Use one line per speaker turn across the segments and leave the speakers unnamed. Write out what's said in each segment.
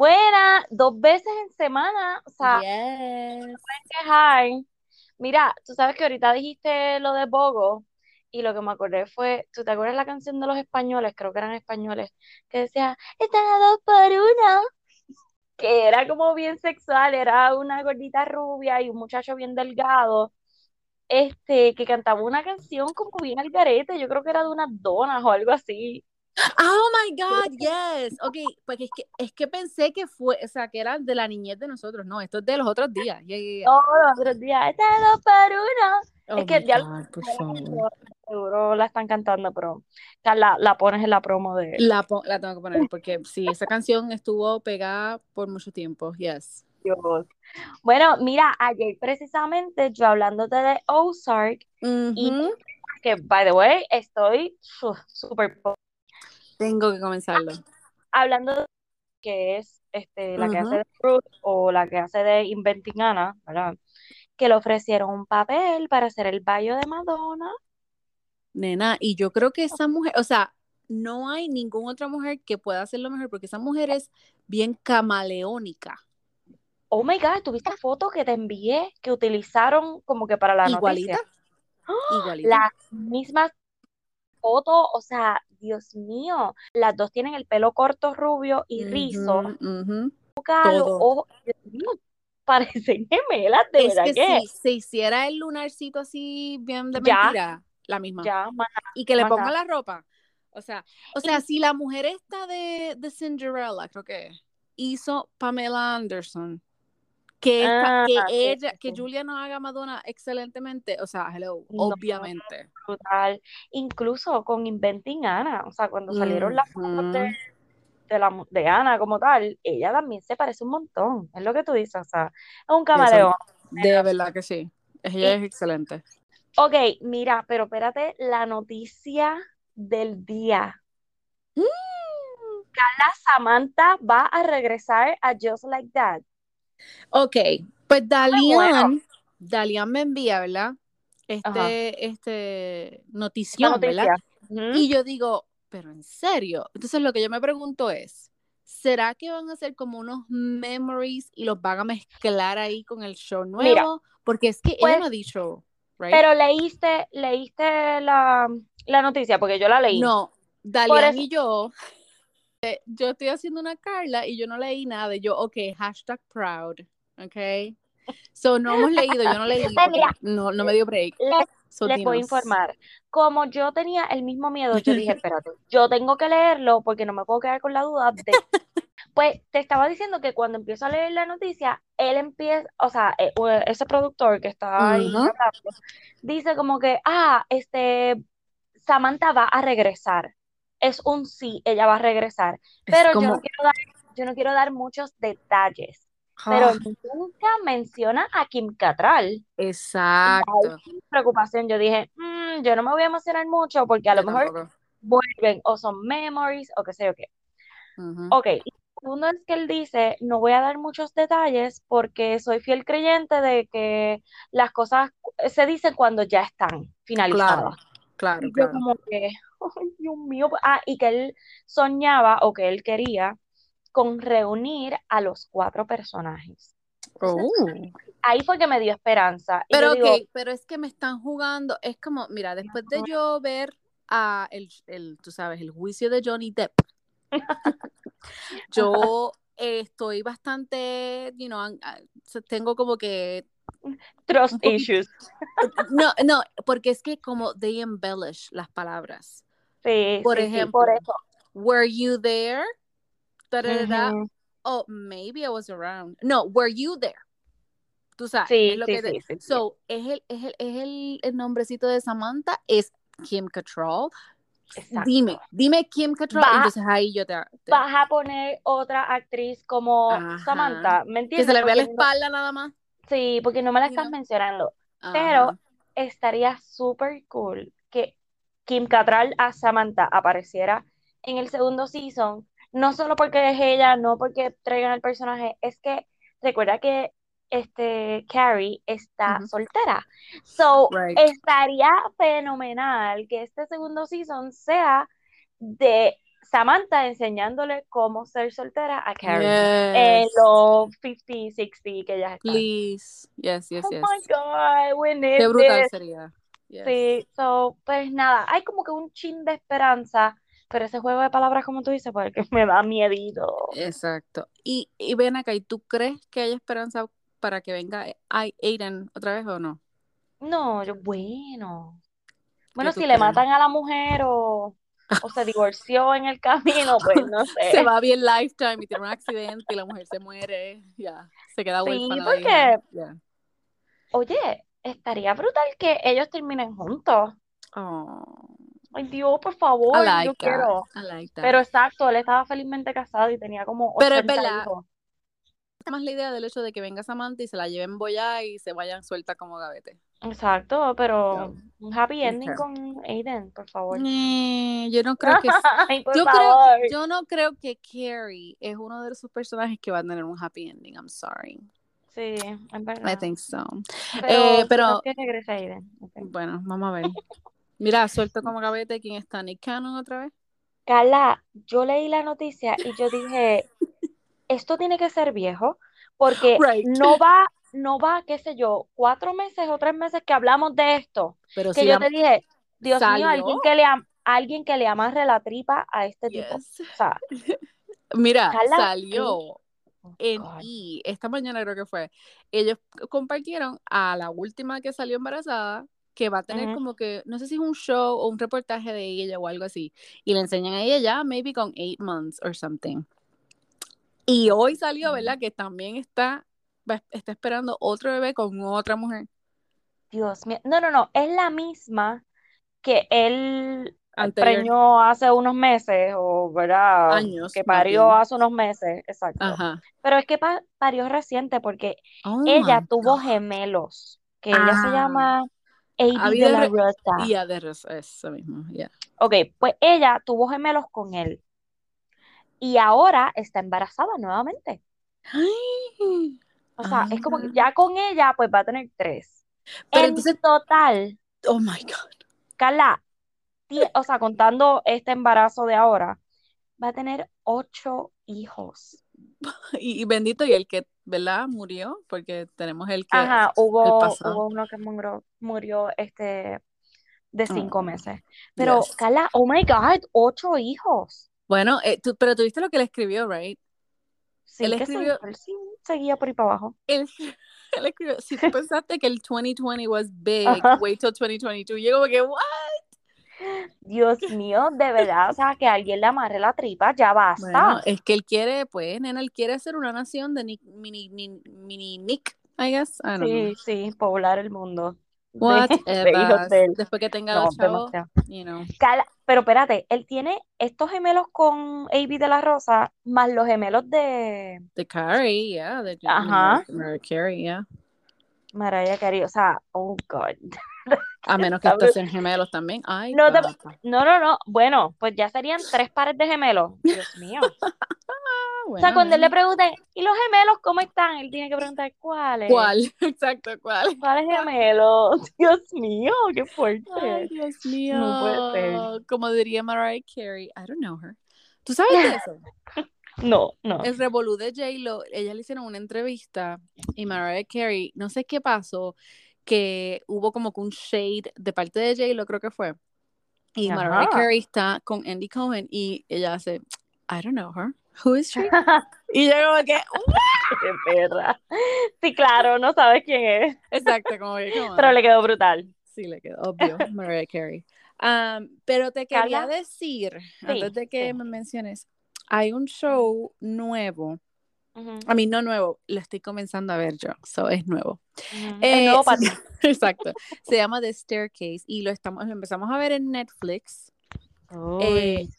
Buena, dos veces en semana, o sea,
Yes.
quejar. Mira, tú sabes que ahorita dijiste lo de Bogo y lo que me acordé fue, ¿tú te acuerdas la canción de los españoles? Creo que eran españoles, que decía, están a dos por uno, que era como bien sexual, era una gordita rubia y un muchacho bien delgado, este, que cantaba una canción como bien al garete, yo creo que era de unas donas o algo así.
Oh my God, yes. Ok, pues es que, es que pensé que fue, o sea, que era de la niñez de nosotros. No, esto es de los otros días. Yeah, yeah, yeah.
Todos los otros días, están a dos por uno.
Oh
es que
my
ya-
God, por favor.
Seguro la están cantando, pero la, la- la pones en la promo de...
La, po- la tengo que poner porque sí, esa canción estuvo pegada por mucho tiempo. Yes.
Dios. Bueno, mira, ayer precisamente yo hablándote de Ozark,
Ujú.
que by the way, estoy su- súper po-
Tengo que comenzarlo.
hablando de que es este, la que
Ujú.
hace de Brooke o la que hace de Inventing Anna, ¿verdad? Que le ofrecieron un papel para hacer el baño de Madonna.
Nena, y yo creo que esa mujer, o sea, no hay ninguna otra mujer que pueda hacerlo mejor porque esa mujer es bien camaleónica,
Oh my God, ¿tuviste la foto que te envié que utilizaron como que para la
igualita,
noticia? ¡Ah!
igualita.
Las mismas fotos, o sea, Dios mío, las dos tienen el pelo corto, rubio y rizo.
Ujú, ujú.
boca, los
Todo.
ojos, Dios mío, parecen gemelas, de
Es
verdad
que
que
si se hiciera el lunarcito así bien de
Ya.
mentira, la misma.
ya, más
Y que le
más
ponga
nada.
la ropa. O sea, o sea, si la mujer esta de, de Cinderella, creo que es, hizo Pamela Anderson, que, es pa-
Ah,
que
sí,
ella,
sí, sí.
que Julia no haga Madonna excelentemente, o sea, hello,
No,
obviamente.
brutal. Incluso con Inventing Anna, o sea, cuando salieron las fotos de,
Ujú.
de, la, mu- de Ana como tal, ella también se parece un montón, es lo que tú dices, o sea, es un
Esa-
camaleón.
de verdad que sí. Ella
Y,
es excelente.
ok, mira, pero espérate, la noticia del día.
Mm.
La Samantha va a regresar a Just Like That.
Ok, pues
Me muero.
Dalian, Dalian me envía, ¿verdad?
Ajá,
Este, este,
la
notición, ¿verdad?
noticia. Ujú.
Y yo digo, pero en serio. Entonces lo que yo me pregunto es, ¿será que van a hacer como unos memories y los van a mezclar ahí con el show
Mira,
nuevo? Porque es que ella
pues,
no ha dicho, ¿right?
pero leíste, leíste la, la noticia, porque yo la leí.
No,
Por
Dalian
eso,
y yo, eh, yo estoy haciendo una Carla y yo no leí nada. Y yo, ok, hashtag proud, ok. So no hemos leído, yo no leí
Pues mira,
porque no, no me dio break.
les,
So
les voy a
dinos.
informar. Como yo tenía el mismo miedo, yo dije, espérate, yo tengo que leerlo porque no me puedo quedar con la duda de... Pues te estaba diciendo que cuando empiezo a leer la noticia, él empieza, o sea, eh, o ese productor que está ahí
Ujú.
hablando, dice como que, ah, este, Samantha va a regresar. Es un sí, ella va a regresar.
Es
Pero yo no
como,
quiero dar, yo no quiero dar muchos detalles. Pero
ah,
nunca menciona a Kim Cattrall. Y ahí
exacto.
mi preocupación, yo dije, "Mm, yo no me voy a emocionar mucho porque a lo
Yo
mejor
tampoco.
vuelven o son memories o qué sé yo qué.
Ujú.
Ok, y lo segundo es que él dice, no voy a dar muchos detalles porque soy fiel creyente de que las cosas se dicen cuando ya están finalizadas.
Claro, claro,
Y yo
claro.
como que, ay, Dios mío, ah, y que él soñaba o que él quería con reunir a los cuatro personajes. Entonces,
Oh.
ahí fue que me dio esperanza. Y yo
Pero ok,
digo,
pero es que me están jugando, es como, mira, después de
mm,
yo ver a el, el, tú sabes, el juicio de Johnny Depp, yo eh, estoy bastante, you know, an- a- so- tengo como que
trust
un poquito,
issues.
no, no, porque es que como they embellish las palabras.
Sí,
Por
sí, sí, por
ejemplo,
eso.
were you there? Tararara,
Ujú.
Oh, maybe I was around. No, were you there? Tú sabes, Ah, es
Sí,
lo
sí,
que te...
sí, sí, sí.
So, es el, es el, es el, el nombrecito de Samantha, es Kim Cattrall. Dime,
Exacto.
dime Kim Cattrall,
Va,
entonces ahí yo te... te-
vas a poner otra actriz como
Ajá.
Samantha, ¿me
Que se
entiendes?
le vea la
Porque no,
espalda nada más. Ah,
sí, porque no me la
You
estás
know?
mencionando. Pero
Ajá.
estaría súper cool que Kim Cattrall a Samantha apareciera en el segundo season, no solo porque es ella, no porque traigan el personaje, es que recuerda que este Carrie está
Ujú.
soltera. So,
Right.
estaría fenomenal que este segundo season sea de Samantha enseñándole cómo ser soltera a Karen en los 50, 60 que ella está.
Please. Yes, yes,
Oh
yes.
my God, we need
Qué brutal
this.
sería. Yes.
Sí, so, pues nada, hay como que un chin de esperanza, pero ese juego de palabras, como tú dices, pues que me da miedito.
Exacto. Y, y ven acá, ¿y tú crees que hay esperanza para que venga A- Aiden otra vez o no?
No, yo, bueno. Bueno,
tú
si le
crees?
matan a la mujer o, o se divorció en el camino, pues no sé.
Se va bien Lifetime y tiene un accidente y la mujer se muere. Ya, se queda
Sí,
huérfana. la
porque-
hija, ya.
Oye, estaría brutal que ellos terminen juntos.
Oh,
Ay, Dios, por favor,
I like
yo
that.
quiero.
I like that.
Pero exacto, él estaba felizmente casado y tenía como
Pero es
80
verdad.
hijos.
más la idea del hecho de que venga Samantha y se la lleven boya y se vayan suelta como gavete.
Exacto, pero un happy ending
Ok.
con Aiden, por favor.
Eh, yo no creo que
Ay, por
yo creo,
favor.
yo no creo que Carrie es uno de esos personajes que va a tener un happy ending. I'm sorry.
Sí, es
I
verdad.
think so.
Pero,
eh,
yo
pero-
creo que regresa Aiden. Ok.
Bueno, vamos a ver. Mira, suelto como gavete quién está Nick Cannon otra vez.
Carla, yo leí la noticia y yo dije, esto tiene que ser viejo, porque
Right.
no va, no va, qué sé yo, cuatro meses o tres meses que hablamos de esto,
Pero
que
Pues si
yo
la-
te dije, Dios mío,
salió.
alguien que le, am- alguien que le amarre la tripa a este tipo.
Yes.
O sea,
Mira,
Carla,
salió
oh,
en
God.
E, esta mañana creo que fue. Ellos compartieron a la última que salió embarazada, que va a tener
Ujú.
como que, no sé si es un show o un reportaje de ella o algo así. Y le enseñan a ella ya, maybe con eight months or something. Y hoy
Mm.
salió, ¿verdad? Que también está, va- está esperando otro bebé con otra mujer.
Dios mío. No, no, no, es la misma que él
Anterior.
preñó hace unos meses, o, ¿verdad?
Años,
Que
más
parió
bien.
hace unos meses, exacto.
Ajá.
Pero es que pa- parió reciente porque
Oh,
ella
my
tuvo
God.
gemelos, que ella se
Ah.
llama Heidi
Había
de la
re-
Rosa.
Y a de res- eso mismo, ya.
Ok, pues ella tuvo gemelos con él y ahora está embarazada nuevamente.
Ay.
O sea, es como que
Ah.
ya con ella pues va a tener tres.
Pero
en
entonces-
total,
Oh my God.
Carla, tie- o sea, contando este embarazo de ahora, va a tener ocho hijos.
Y, y bendito, y el que, ¿verdad? Murió, porque tenemos el que.
Ajá, hubo,
pasado.
hubo uno que murió, murió este de cinco
Oh,
meses. Pero,
yes.
Carla, oh my God, ocho hijos.
Bueno, eh, tú- pero tuviste lo que él escribió, ¿right?
Sí,
Él
que sí,
escribió-
él sí seguía por ahí para abajo.
Él, él escribió: Si tú pensaste que el 2020 was big,
Ajá.
wait till 2022. Yo, como que, ¿what?
Dios mío, de verdad, o sea, que alguien le amarre la tripa, ya
Bueno,
basta.
es que él quiere, pues, nena, él quiere hacer una nación de Nick, mini, mini, mini Nick, I guess. I don't know.
Sí, sí, poblar el mundo de, de hijos
Whatever.
de él.
Después que tenga
No,
los chavos,
demasiado.
you know.
Carla, pero espérate, él tiene estos gemelos con AB de la Rosa, más los gemelos de
The Carrie, yeah. The, you know,
Ajá.
Mariah Carey, yeah.
Mariah Carey, o sea, oh God.
A menos que
Está
estos sean gemelos también. Ay,
No te-
papá.
No, no, no, bueno, pues ya serían tres pares de gemelos. Dios mío.
Ah,
O sea,
bueno,
cuando él le
nena.
pregunten, ¿y los gemelos cómo están? Él tiene que preguntar, ¿cuáles?
¿Cuál? Exacto, ¿cuál?
¿Cuáles gemelos? Dios mío, qué
Ay,
fuerte.
Dios mío.
No puede
Como diría Mariah Carey, I don't know her. ¿Tú sabes de eso?
No, no.
El revolú de J-Lo, ella le hicieron una entrevista y Mariah Carey, no sé qué pasó, que hubo como que un shade de parte de J-Lo, creo que fue. Y
Ajá.
Mariah Carey está con Andy Cohen y ella hace, I don't know her. Who is she? Y yo como que,
Qué perra. Sí, claro, no sabes quién es,
exacto, como que, come on.
pero le quedó brutal.
Sí, le quedó obvio, Mariah Carey. Um, pero te quería
Carla.
decir, antes de que
sí.
me menciones, hay un show nuevo,
Ujú,
a mí no nuevo, lo estoy comenzando a ver yo, so es nuevo.
ujú.
Eh,
Mm, Es nuevo para ti.
Exacto, se llama The Staircase y lo, estamos, lo empezamos a ver en Netflix eh,
Uy.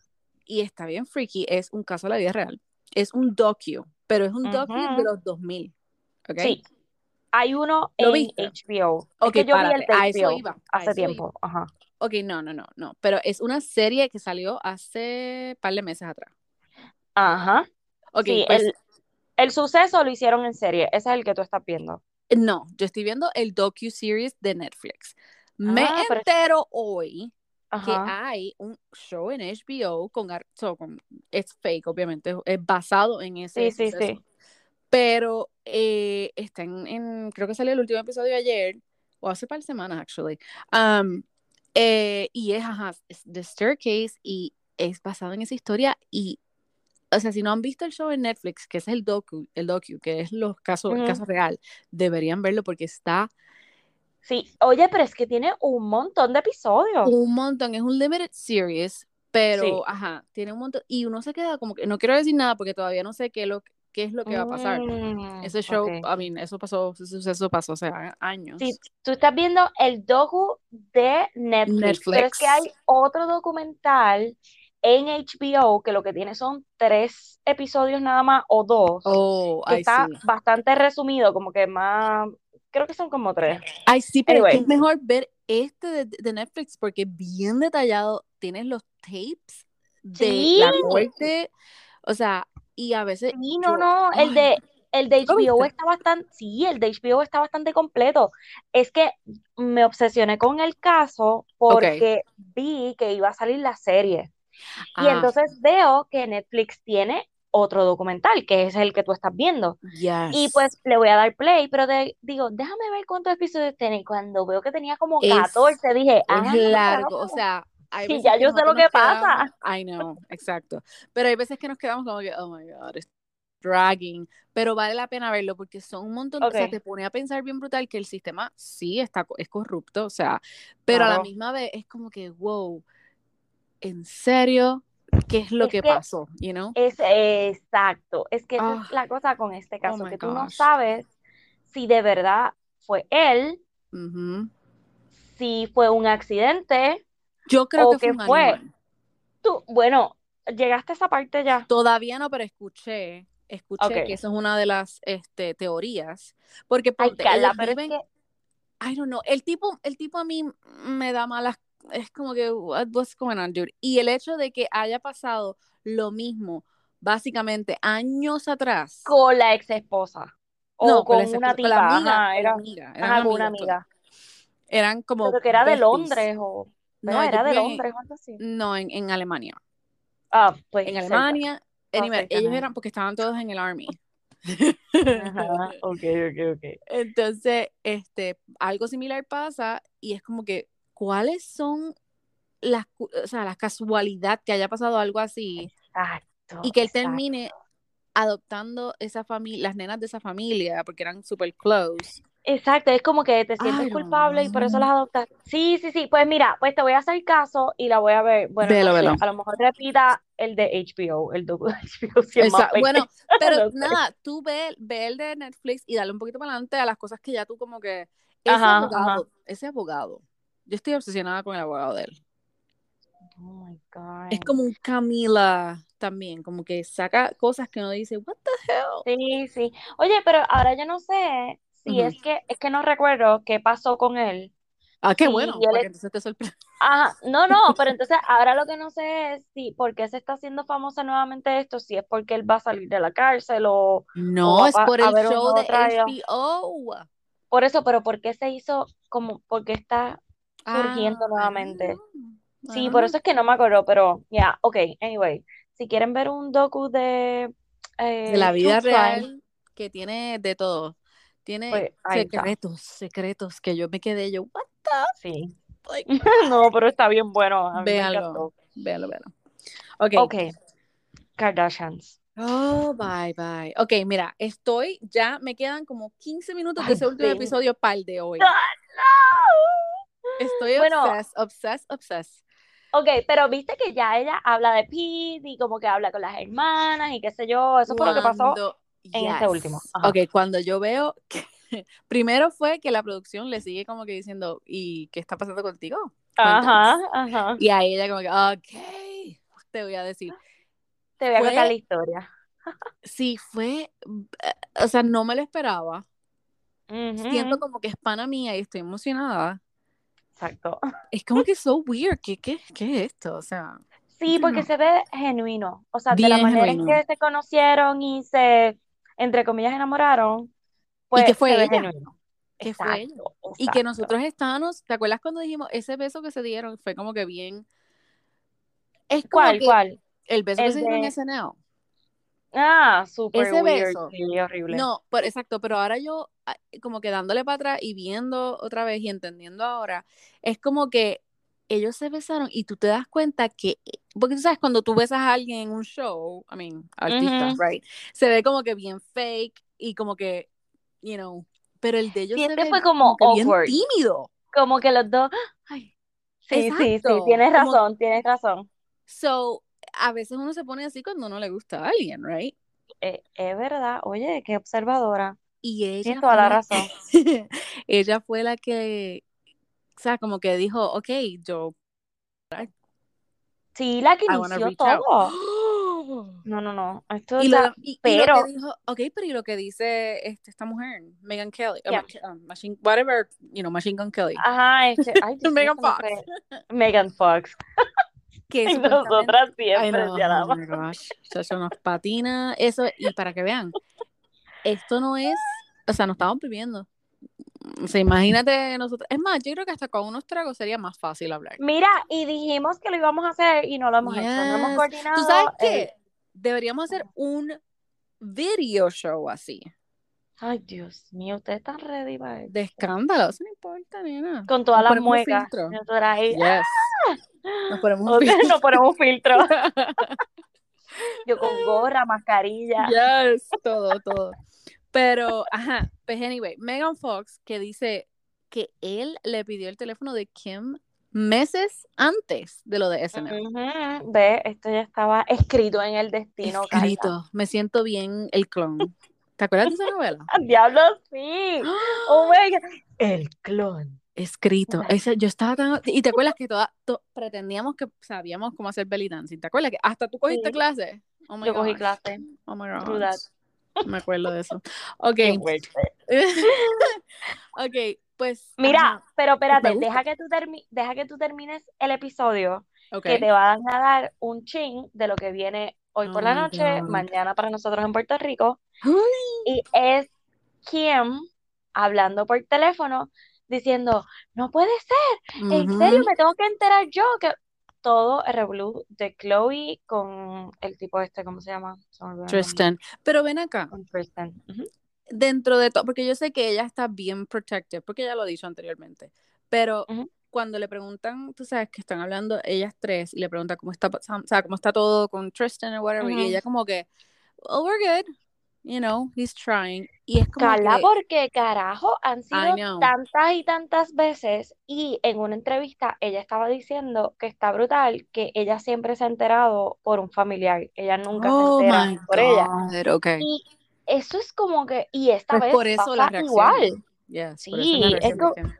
y está bien freaky, es un caso de la vida real, es un docu, pero es un docu
Ujú.
de los 2000, ¿ok?
Sí, hay uno
¿Lo
en
viste?
HBO.
Ok,
es que yo
párate,
vi el
a
de
eso
HBO
iba, a
hace
eso iba.
tiempo. Ajá.
Ok, no, no, no, no. Pero es una serie que salió hace par de meses atrás.
Ajá.
Ok,
Sí,
pues
el, el suceso lo hicieron en serie. Ese es el que tú estás viendo.
no, yo estoy viendo el docu-series de Netflix. Me
Ah, pero-
entero hoy que
Ajá.
hay un show en HBO con, ar- so, con- es fake obviamente es basado en
Sí,
ese
sí,
suceso.
sí.
pero eh, está en, en- creo que salió el último episodio ayer o hace par de semanas actually Um, eh, y es ajá es The Staircase y es basado en esa historia y o sea si no han visto el show en Netflix que ese es el docu el docu que es los casos el
Ujú.
caso real deberían verlo porque está
Sí, oye, pero es que tiene un montón de episodios.
un montón, es un limited series, pero
Oh. Sí.
ajá, tiene un montón y uno se queda como que no quiero decir nada porque todavía no sé qué es lo qué es lo que va a pasar.
Mm,
Ese show,
ok.
a I mean, eso pasó, ese suceso pasó hace a-
Sí,
años.
tú estás viendo el docu de Netflix, pero es que
Netflix.
hay otro documental en HBO que lo que tiene son tres episodios nada más o dos,
Oh,
que
ay
está
sí.
bastante resumido, como que más, creo que son como tres.
Ay sí, pero es que
Anyway,
es mejor ver este de, de Netflix porque es bien detallado, tienes los tapes de
sí,
la corte, o sea, y a veces
sí, no,
yo,
no, el
ay,
de, el de
¿tú lo
HBO
viste?
está bastante, sí, el de HBO está bastante completo. Es que me obsesioné con el caso
Ok.
porque vi que iba a salir la serie. Y
Ah,
entonces veo que Netflix tiene otro documental, que es el que tú estás viendo. Y
yes.
pues le voy a dar play, pero te digo, déjame ver cuántos episodios tiene. Y cuando veo que tenía como
Es,
14, dije,
es
ah, no,
largo, o
caramba,
sea, hay
si
veces
ya
que
yo sé lo
nosotros
que
nos quedamos,
pasa.
I know, exacto, pero hay veces que nos quedamos como que, oh my God, es dragging, pero vale la pena verlo porque son un montón, o sea,
Ok,
te pone a pensar bien brutal que el sistema sí está, co- es corrupto, o sea, pero a la
claro.
misma vez es como que, wow, ¿en serio? ¿Qué es lo
Es
que
que
pasó? You know?
es exacto, es que esa es
Ah,
la cosa con este
oh
caso,
my
que tú no
gosh.
sabes si de verdad fue él,
Ujú.
si fue un accidente
Yo creo
o
que fue
qué
un
fue.
animal.
Tú, bueno, llegaste a esa parte ya.
Todavía no, pero escuché, escuché que
Ok.
eso es una de las este, teorías, porque
Ay,
ponte, ellos
Carla, pero es
viven,
que
I don't know, el tipo, el tipo a mí me da malas, es como que, what, what's going on, dude? Y el hecho de que haya pasado lo mismo, básicamente, años atrás,
con la ex esposa o
no, con la,
con
ex
una
esposa- con
tipa,
la amiga,
ajá,
con la
era,
amiga, eran
ajá, con una
amigas todas,
amiga.
eran como
Creo que era de
besties,
Londres o,
no,
¿verdad?
ellos
Era de
viven en,
Londres o algo así.
no, en, en Alemania,
Ah, pues
en
cerca,
Alemania,
estaba
anyway,
cerca,
ellos
nada.
eran, porque estaban todos en el army.
Ajá, ok, ok, ok.
Entonces, este, algo similar pasa y es como que, ¿cuáles son las, cu- o sea, las casualidad que haya pasado algo así y
Exacto,
que él
exacto.
termine adoptando esa familia, las nenas de esa familia, porque eran super close?
Exacto, es como que te sientes
I don't
culpable y por eso las
know.
adoptas. Sí, sí, sí, pues mira, pues te voy a hacer caso y la voy a ver. Bueno,
Velo,
no sé,
velo.
a lo mejor repita el de HBO, el docu de HBO si es más
Esa-
pequeño,
bueno, pero
no sé.
nada, tú ve, ve el de Netflix y dale un poquito para adelante a las cosas que ya tú como que, ese
Ajá, ajá.
abogado, ese abogado, yo estoy obsesionada con el abogado de él.
Oh my
Es
God.
como un Camila también, como que saca cosas que uno dice, what the hell?
Sí, sí. Oye, pero ahora yo no sé si
Ujú.
es que, es que no recuerdo qué pasó con él.
Ah, qué
Si
bueno,
él
para
es,
que entonces te sorprenda.
ajá, no, no, pero entonces ahora lo que no sé es si por qué se está haciendo famosa nuevamente esto, si es porque él va a salir de la cárcel o, o
No,
va
es
pa-
por
a
el
haber un
show de
nuevo trial.
HBO.
Por eso, pero ¿por qué se hizo como, por qué está surgiendo
Ah, I don't
nuevamente?
know. I
Sí,
don't
por
know.
eso es que no me acuerdo, pero ya, okay, ok, anyway. Si quieren ver un docu de
De
eh,
la
True
vida
Crime,
real que tiene de todo. Tiene
pues ahí está.
secretos, secretos que yo me quedé yo, what the
Sí.
ah, like,
No, pero está bien bueno, a mí me
véalo,
encantó.
véalo, véalo. Ok.
Ok, Kardashians.
Oh, bye, bye. Ok, mira, estoy, ya me quedan como 15 minutos de
Ay,
ese último
bendito.
episodio pal de hoy. Estoy
Bueno,
obsessed, obsessed, obsessed.
ok, pero viste que ya ella habla de Pete y como que habla con las hermanas y qué sé yo, eso fue lo que pasó
Cuando,
en este último.
yes.
Ajá.
Ok, cuando yo veo que, primero fue que la producción le sigue como que diciendo, ¿y qué está pasando contigo?
Ajá,
Cuéntanos.
ajá.
Y ahí ella como que, ok, te voy a decir.
Te voy a contar la
Fue,
historia.
sí, fue, eh, o sea, no me lo esperaba. Siento
Ujú,
como que es pana mía y estoy emocionada.
Exacto.
Es como que so weird, ¿qué, qué, qué es esto? O sea, I
Sí,
don't
porque
know.
se ve genuino. O sea, de la
Bien
manera en
genuino.
que se conocieron y se, entre comillas, enamoraron,
¿Y qué
pues se
fue
ve
ella?
genuino.
Que fue ella. Y que nosotros estábamos, ¿te acuerdas cuando dijimos ese beso que se dieron? Fue como que bien. Es como
¿Cuál,
que
cuál?
El beso que
El
se dieron
de-
en SNL.
Ah, super
Ese
weird.
beso.
sí, horrible.
No, pero exacto, pero ahora yo ah, como que dándole para atrás y viendo otra vez y entendiendo ahora, es como que ellos se besaron y tú te das cuenta que, eh, porque tú sabes, cuando tú besas a alguien en un show, I mean, artista,
Ujú.
right, se ve como que bien fake y como que, you know, pero el de ellos
Sí,
se
este
ve
fue como
que bien
awkward.
tímido.
Como que los dos. Ay, sí, sí, sí,
Exacto.
tienes
Como-
razón, tienes razón.
So, a veces uno se pone así cuando no le gusta a alguien, right?
Eh, es verdad, oye, qué observadora.
Y
Tienes
ella
toda
fue
la
la
razón.
ella fue la que, o sea, como que dijo, ok, yo,
Sí, la que
I wanna
inició
reach out.
todo. No, no, no, esto
Y lo,
está.
y, y lo que
Pero,
dijo, ok, pero y lo que dice este, esta mujer, Megan Kelly, uh,
ya.
Ma- um, Machine, whatever, you know, Machine Gun Kelly,
Ajá, este. Ay, Dios mío, se
Megan
me
Fox,
fue. Megan Fox.
que
Y
supuestamente,
nosotras
ay
siempre
no,
se
oh
alaba.
my gosh, chacho, nos patina, eso, y para que vean, esto no es, o sea, no estamos viviendo. O sea, imagínate nosotros. Es más, yo creo que hasta con unos tragos sería más fácil hablar.
Mira, y dijimos que lo íbamos a hacer y no lo hemos hecho. No hemos
Yes. ¿Tú sabes
coordinado eh, el.
qué? eh, Deberíamos hacer un video show así,
Ay, Dios mío, ustedes están ready para
de
esto.
escándalo. Eso no importa, nena.
Con todas
Nos
las
ponemos un
muecas.
filtro.
Nosotras ahí.
Yes. ah. Nos ponemos un
No
filtro.
nos ponemos filtro. Yo con gorra, mascarilla.
Yes. Todo, todo. Pero, ajá. Pues, anyway, Megan Fox que dice que él le pidió el teléfono de Kim meses antes de lo de SNL.
Ujú, Ve, esto ya estaba escrito en el destino, Carla.
Escrito, me siento bien el clon. ¿Te acuerdas de esa novela? ¡Ah!
¡Ah, Diablo, sí. Oh my God. El clon.
Escrito. Esa, yo estaba tan. Y te acuerdas que todas to- pretendíamos que sabíamos cómo hacer belly dancing. ¿Te acuerdas que hasta tú cogiste
Sí,
clases? Oh my
yo cogí
gosh.
clase.
Oh my
True
gosh.
that.
Me acuerdo de eso.
Qué
Ok.
fuerte.
ok, pues.
Mira,
Ajá.
pero
Me
espérate,
gusta.
deja que tú termi- deja que tú termines el episodio
Ok.
que te van a dar un chin de lo que viene hoy
Oh
por la
my
noche,
God.
mañana para nosotros en Puerto Rico,
Ay.
y es Kim hablando por teléfono diciendo, no puede ser, en serio
Ujú.
me tengo que enterar yo que todo el revolú de Chloe con el tipo este, ¿cómo se llama? Se me olvidó el nombre.
Tristan. Pero ven acá.
Con Tristan. Ujú.
dentro de todo, porque yo sé que ella está bien protected, porque ella lo ha dicho anteriormente, pero
Ujú.
cuando le preguntan, tú sabes que están hablando ellas tres y le preguntan cómo está, pasando, o sea, cómo está todo con Tristan o whatever, y
Ujú.
ella como que, oh, we're good, you know, he's trying, y es como
Carla,
que,
porque carajo, han
I
sido
know,
tantas y tantas veces y en una entrevista ella estaba diciendo que está brutal, que ella siempre se ha enterado por un familiar, ella nunca se
oh
entera
my
por ella.
God, ok,
Y eso es como que, y esta
pues por
vez
eso la
pasa
reacción,
igual,
yes, por eso es la
sí, es
reacción de
como,
Kim.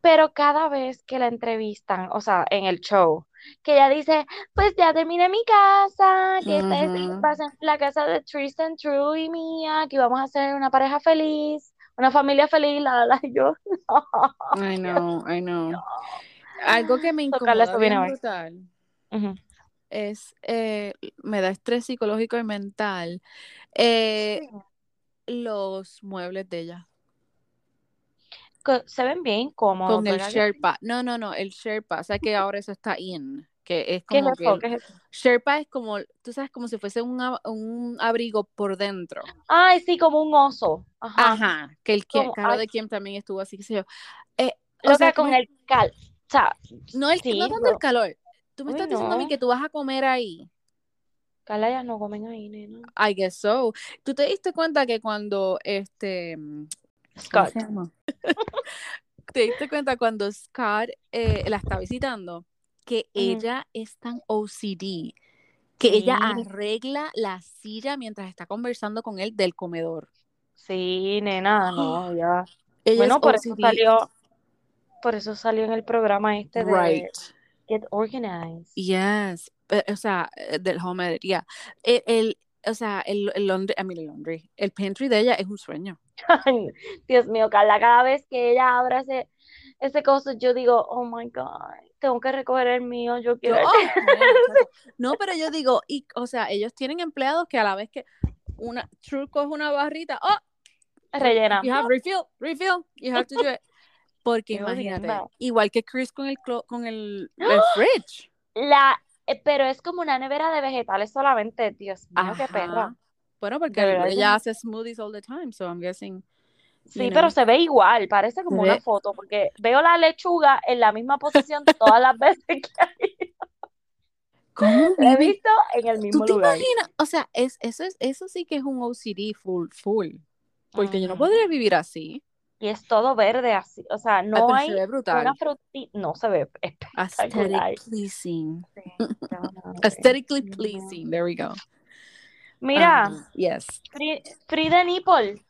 pero cada vez que la entrevistan, o sea, en el show, que ella dice, pues ya terminé mi casa, que esta es
Ujú.
va a ser la casa de Tristan True y mía, que vamos a ser una pareja feliz, una familia feliz, la, la, la, y yo, no, oh,
I
Dios
know, I
mío.
know, algo que me
So, Carla,
incomoda
eso viene
bien
hoy.
brutal.
Ujú.
es, eh, me da estrés psicológico y mental, eh,
Sí.
los muebles de ella,
Co- Se ven bien cómodos,
con el
¿verdad que sí?
Sherpa. No, no, no, el Sherpa, o sea que ahora eso está in, que es
¿Qué es
como que
eso?
el
¿Qué es eso?
Sherpa es como, tú sabes, como si fuese un, ab- un abrigo por dentro.
Ay, sí, como un oso. Ajá.
Ajá, que el que-
Ah, Como,
Caro
ay,
de Kim también estuvo así, qué sé yo. Eh, o sea,
loca
tú
con
me,
el cal. O sea,
no, el, no
sí,
tanto el
pero,
calor, tú me
uy,
estás diciendo a mí
no.
que tú vas a comer ahí.
Carla, ya no comen ahí, nena.
I guess so. ¿Tú te diste cuenta que cuando este, ¿cómo se
Scott.
llama? ¿Te diste cuenta cuando Scott eh, la está visitando? Que
Ujú.
ella es tan OCD, que ella
Sí,
arregla la silla mientras está conversando con él del comedor.
sí, nena, no, ya.
Ella es
Bueno, por eso
OCD,
salió, por eso salió en el programa este de
right.
Get Organized.
Yes. Eh, O sea, eh, del home, yeah. El, el- o sea, el, el laundry, I mean, el laundry, el pantry de ella es un sueño.
Ay, Dios mío, Carla, cada vez que ella abra ese, ese coso, yo digo, oh my God, tengo que recoger el mío, yo
Yo,
quiero el
oh, nena, chacho. No, pero yo digo, y, o sea, ellos tienen empleados que a la vez que una, True coge una barrita, oh.
Rellena.
You have refill, refill, you have to do it. Porque
Qué
imagínate,
horrible.
igual que Chris con el, clo- con el, el
¡Ah!
fridge.
La, eh, pero es como una nevera de vegetales solamente, Dios mío, qué perra.
Ajá. Bueno, porque
De verdad,
ella
yo-
hace smoothies all the time, so I'm guessing.
Sí,
Mira.
pero se ve igual, parece como
Se
una
ve-
foto, porque veo la lechuga en la misma posición todas las veces que
¿Cómo
la he
viven?
visto en el
¿Tú
mismo
te
lugar.
imaginas? O sea, es, eso, es, eso sí que es un OCD full, full. Porque yo no
Ujú.
podría vivir así.
Y es todo verde así, o sea,
Ay,
no
pero
hay
se ve brutal.
una frutita, no se ve espectacular.
Aesthetic pleasing.
Sí, está bueno, ok.
Aesthetically
No.
pleasing. There we go.
Mira,
Um, yes.
Free, Free the Nipple,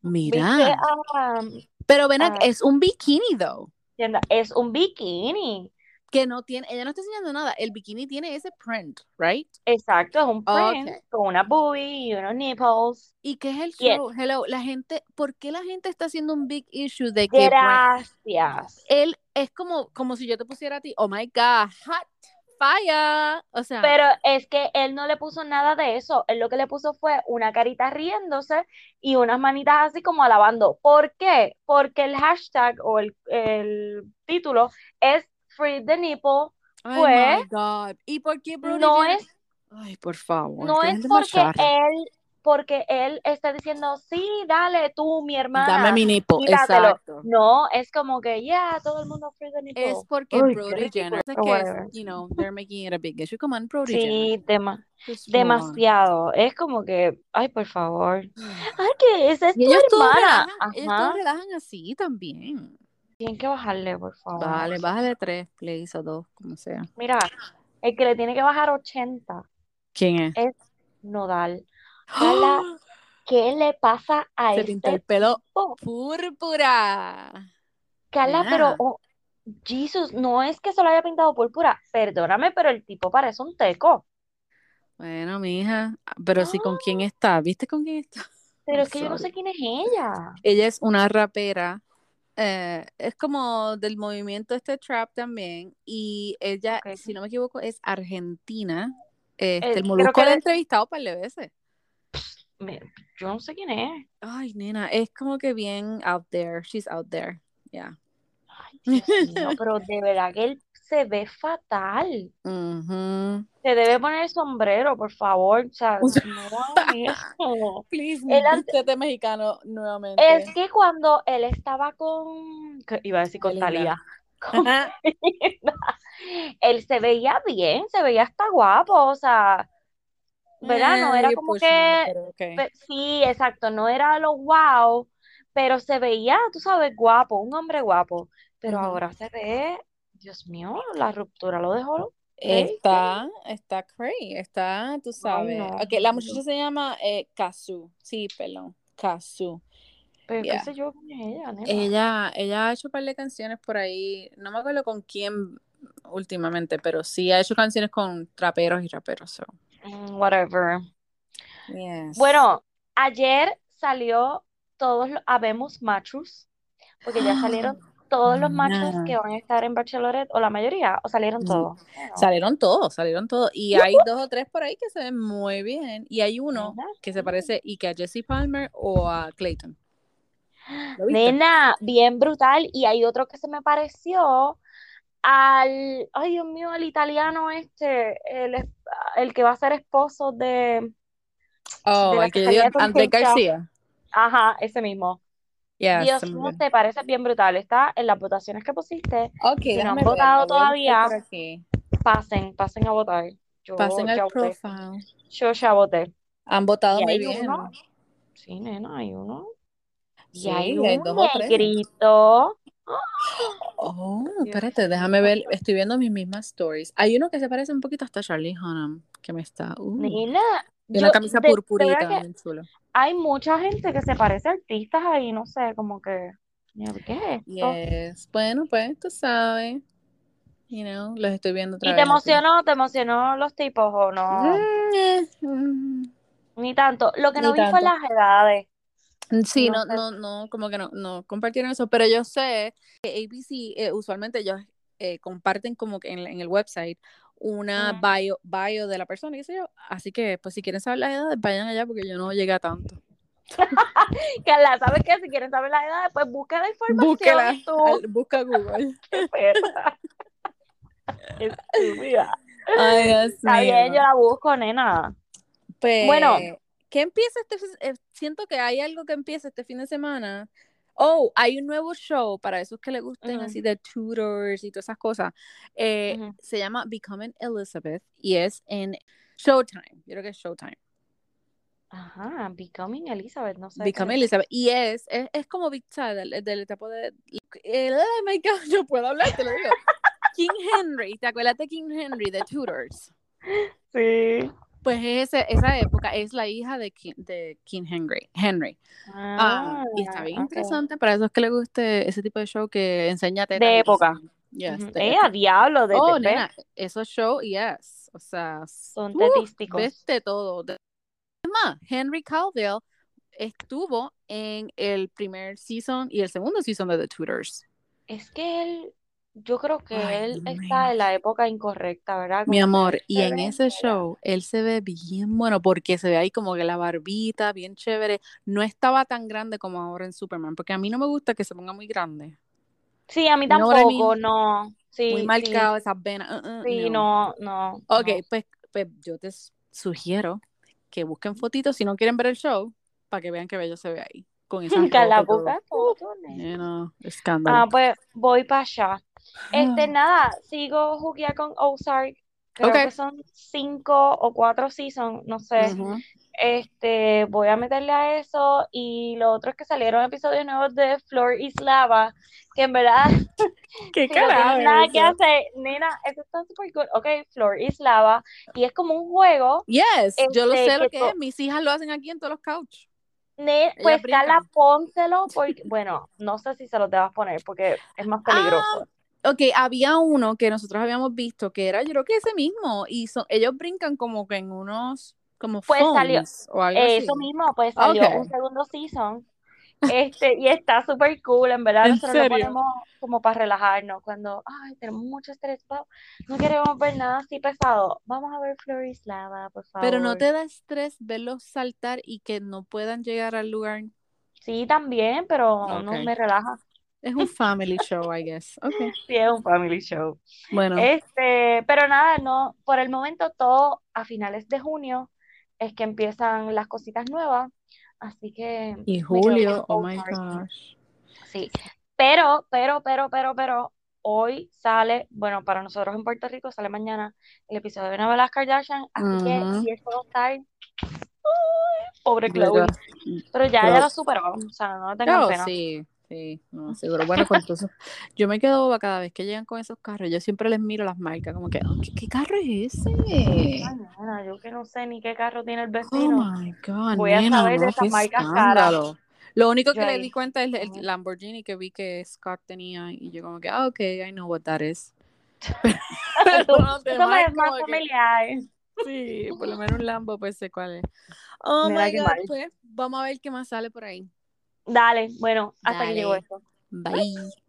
viste
Mira.
a-
Pero ven acá,
Ah.
es un bikini, though.
tienda, es un bikini,
Que no tiene, ella no está enseñando nada. El bikini tiene ese print, right?
exacto, es un
Ok.
print con una boobie y unos nipples,
¿Y qué es el
Yes.
show? Hello, la gente, ¿por qué la gente está haciendo un big issue de que Bran-
gracias,
él es como, como si yo te pusiera a ti, oh my God, hot fire? O sea,
pero es que él no le puso nada de eso, él lo que le puso fue una carita riéndose y unas manitas así como alabando, ¿por qué? Porque el hashtag o el, el título es Free the Nipple,
oh
fue-
my God. ¿Y por qué Brody
no
Jenner-
es
Ay, por favor,
No
qué
es
gente más
porque
charra.
él, porque él está diciendo, sí, dale tú, mi
Dame
hermana,
mi nipo,
quítatelo.
exacto.
No, es como que, yeah, todo el mundo free the nipple.
Es porque
Uy, qué
Brody
ridículo,
Jenner, es
pero
que,
whatever.
you know, they're making it a big issue. Come on, Brody Jenner.
Sí, dema-
Just move on.
demasiado. Es como que, ay, por favor. Ay, que esa es
Y
tu
ellos todos
hermana.
relajan, ellos todos
Ajá.
relajan así también.
Tienen que bajarle, por favor.
Vale, bájale tres, please, o dos, como sea.
Mira, el que le tiene que bajar 80
¿Quién es?
es Nodal. Carla, ¿qué le pasa a
¡Ah! Se
este
pintó el pelo
tipo?
púrpura.
Carla, pero
Nena.
oh, Jesus, no es que se lo haya pintado púrpura, perdóname, pero el tipo parece un teco.
Bueno, mija, pero sí, ¿con
Ah.
quién está? ¿Viste con quién está?
Pero
I'm
es que yo no
sorry.
sé quién es ella.
Ella es una rapera. eh, es como del movimiento este trap también. Y ella,
Ok.
si no me equivoco, es argentina. Este,
Eh,
el
creo
Molusco
que
la ha
le-
entrevistado un par de veces.
Me- yo no sé quién es.
Ay, nena, es como que bien out there. She's out there. Yeah.
Ay, Dios mío, pero de verdad que él se ve fatal.
Ujú.
Se debe poner el sombrero, por favor. O sea, no hagan eso.
Please,
Él ante-
vístete mexicano nuevamente.
Es que cuando él estaba con, que iba a decir con
Belinda.
Talía, con Belinda, él se veía bien, se veía hasta guapo, o sea, ¿verdad? No
Eh,
era
you're
como
pushing it,
que,
pero okay.
pe- sí, exacto, no era lo wow, pero se veía, tú sabes, guapo, un hombre guapo, pero
Ujú.
ahora se ve, Dios mío, la ruptura lo dejó. crazy.
Está, está cray, está, tú sabes.
no,
Ok, la
no.
muchacha se llama eh, Kazu. Sí, perdón, Kazu.
Pero qué
Yeah.
sé yo quién es ella, nena.
Ella, ella ha hecho un par de canciones por ahí. No me acuerdo con quién últimamente, pero sí ha hecho canciones con traperos y raperos. so,
Mm, Whatever.
yes.
Bueno, ayer salió todos los habemos machos, porque ya salieron todos los machos
Nada.
que van a estar en Bachelorette, o la mayoría, o salieron
Mm.
todos. Bueno,
Salieron todos, salieron todos. Y hay dos o tres por ahí que se ven muy bien. Y hay uno
nena.
que se parece y que a Jesse Palmer o a Clayton. ¿Lo viste?
Nena, bien brutal. Y hay otro que se me pareció al, ay Dios mío, al italiano este, el, es- el que va a ser esposo de, de
Oh,
la
el que yo
salía
digo,
con
Andrés
Kim Chao.
García.
Ajá, ese mismo.
Ya,
Dios
está muy
mío,
bien.
te parece bien brutal. Está en las votaciones que pusiste.
Ok,
Si no han votado
déjame verlo. Voy a buscar
todavía,
por aquí.
pasen, pasen a votar. Yo
Pasen
ya
al
voté.
profile.
Yo ya voté.
Han votado
Y
Ah, muy
hay
bien.
uno, sí, nena, hay uno. Y
Sí,
hay
hay
un
dos o tres.
negrito. ¡Ah!
Oh,
Dios
espérate, déjame
mío.
ver. Estoy viendo mis mismas stories. Hay uno que se parece un poquito hasta Charlie Hunnam, que me está. Uh,
Nena,
y
yo
una camisa
de, de verdad
purpurita,
que
bien chulo.
hay mucha gente que se parece a artistas ahí, no sé, como que, mira, ¿qué es esto?
Yes. Bueno, pues tú sabes. You know, los estoy viendo otra
¿Y te
vez. aquí.
emocionó? ¿Te emocionó los tipos o no?
Mm, eh, mm,
Ni tanto. Lo que
Ni
no vi fue
tanto.
las edades.
Mm, Sí,
No
no,
sé.
no, no, como que no, no compartieron eso, pero yo sé que ABC, eh, usualmente ellos eh, comparten como que en, la- en el website una
Mm.
bio, bio de la persona, qué sé yo. Así que, pues si quieren saber las edades, vayan allá porque yo no llegué a tanto.
Carla, ¿sabes qué? Si quieren saber la edad, pues busca la información.
Búsquela,
tú.
al- busca Google.
Qué perra. Estúpida.
Ay, Dios
Está bien,
mío.
yo la busco, nena.
Pues,
Bueno.
¿qué empieza este fin- eh, Siento que hay algo que empieza este fin de semana. Oh, hay un nuevo show para esos que les gusten
Ujú.
así de tutors y todas esas cosas. Eh,
Ujú.
Se llama Becoming Elizabeth y es en Showtime. Yo creo que es Showtime.
Ajá, Becoming Elizabeth, no sé.
Becoming
qué-
Elizabeth. Y es, es, es como Big Time, del, del etapa de. el- oh my God, no puedo hablar, te lo digo. King Henry, ¿te acuerdas de King Henry de Tudors?
Sí.
Pues es ese- esa época es la hija de King, de King Henry. Henry. Ah, y está bien
Ah, ok.
interesante para esos que les guste ese tipo de show que enseña
De
tetas y
época.
cosas. Yes,
Ujú.
de
Eh,
época.
a diablo, de
Oh,
TP.
nena, esos shows, yes. O sea,
Son
uh,
tetísticos.
ves de todo. De- Es más, Henry Calville estuvo en el primer season y el segundo season de The Tudors.
Es que él, yo creo que
Ay,
él
Dios mío.
está en la época incorrecta, ¿verdad?
Mi
Como
amor,
que
y
se
en
ve
ese
que la-
show él se ve bien bueno porque se ve ahí como que la barbita, bien chévere. No estaba tan grande como ahora en Superman, porque a mí no me gusta que se ponga muy grande.
Sí, a mí
You know what I
tampoco,
mean?
no.
Muy
Sí, sí,
marcado, esas venas. uh, uh,
sí,
no.
no, no,
Ok,
no.
pues, pues yo te s- sugiero que busquen fotitos si no quieren ver el show, para que vean qué bello se ve ahí, con esas
Carla
ropas y todo.
busca
Uh,
fotones.
nena, escándalo.
Ah, pues voy para allá. Este, nada, sigo juguía con Ozark. Creo
Ah. Ok.
que son cinco o cuatro seasons, no sé.
Ujú.
Este, voy a meterle a eso. Y lo otro es que salieron episodios nuevos de Flor y Slava, que en verdad, si
¿Qué
no
carajo
tienen nada
es
que
eso?
hacer, nena, eso está súper cool. Ok, Flor y Slava. Y es como un juego,
Yes, yo lo
este,
sé lo
que
que
to-
es. Mis hijas lo hacen aquí en todos los couch.
Ne-
Ellas
pues Carla,
brincan.
póntelo porque, bueno, no sé si se los debas poner porque es más
Ah,
peligroso.
ok, había uno que nosotros habíamos visto que era, yo creo que ese mismo, y son, ellos brincan como que en unos, como
Pues salió,
phones o algo
eh,
así. Ah,
eso mismo, pues
Ok,
salió un segundo season, este, y está súper cool, en verdad
en
nosotros lo
serio.
ponemos como para relajarnos, cuando, ay, tenemos mucho estrés, va- no queremos ver nada así pesado, vamos a ver Florislava, por
Pero no
favor.
te da estrés verlos saltar y que no puedan llegar al lugar.
Sí, también, pero no
Ok.
me relaja,
Es un family show, I guess. Ok.
sí, es un family show.
Bueno,
Este, pero nada, no, por el momento todo a finales de junio es que empiezan las cositas nuevas, así que me
y
quedo con
Julio, oh my
Ozark,
gosh.
sí. Pero, pero, pero, pero, pero, hoy sale, bueno, para nosotros en Puerto Rico sale mañana el episodio de Nueva de las Kardashian, así que
Ujú.
si eso no está, ahí, pobre
Pero,
Chloe, pero ya
pero
ella lo superó, o sea, no tengan
Claro,
pena.
Oh, sí, sí, no, seguro. Bueno, con todo eso- yo me quedo boba cada vez que llegan con esos carros. Yo siempre les miro las marcas, como que, "Oh, ¿qué, qué carro es
Ay,
ese?
nena, yo que no sé ni qué carro tiene el
Oh
vecino,
my God,
voy a
nena,
saber de
no,
esas
qué
marcas caras,
escándalo. Lo único
yo
que le di
ahí.
cuenta es el
ajá.
Lamborghini que vi que Scott tenía y yo como que, ah, ok, I know what that is.
Tú,
Pero los
eso
demás
me
es
es más
como que,
familiar.
sí, por lo menos un Lambo pues sé cuál es. Oh
Nena,
my
qué
God,
mal.
pues vamos a ver qué más sale por ahí.
Dale, bueno, hasta que llegó
Dale,
esto.
bye.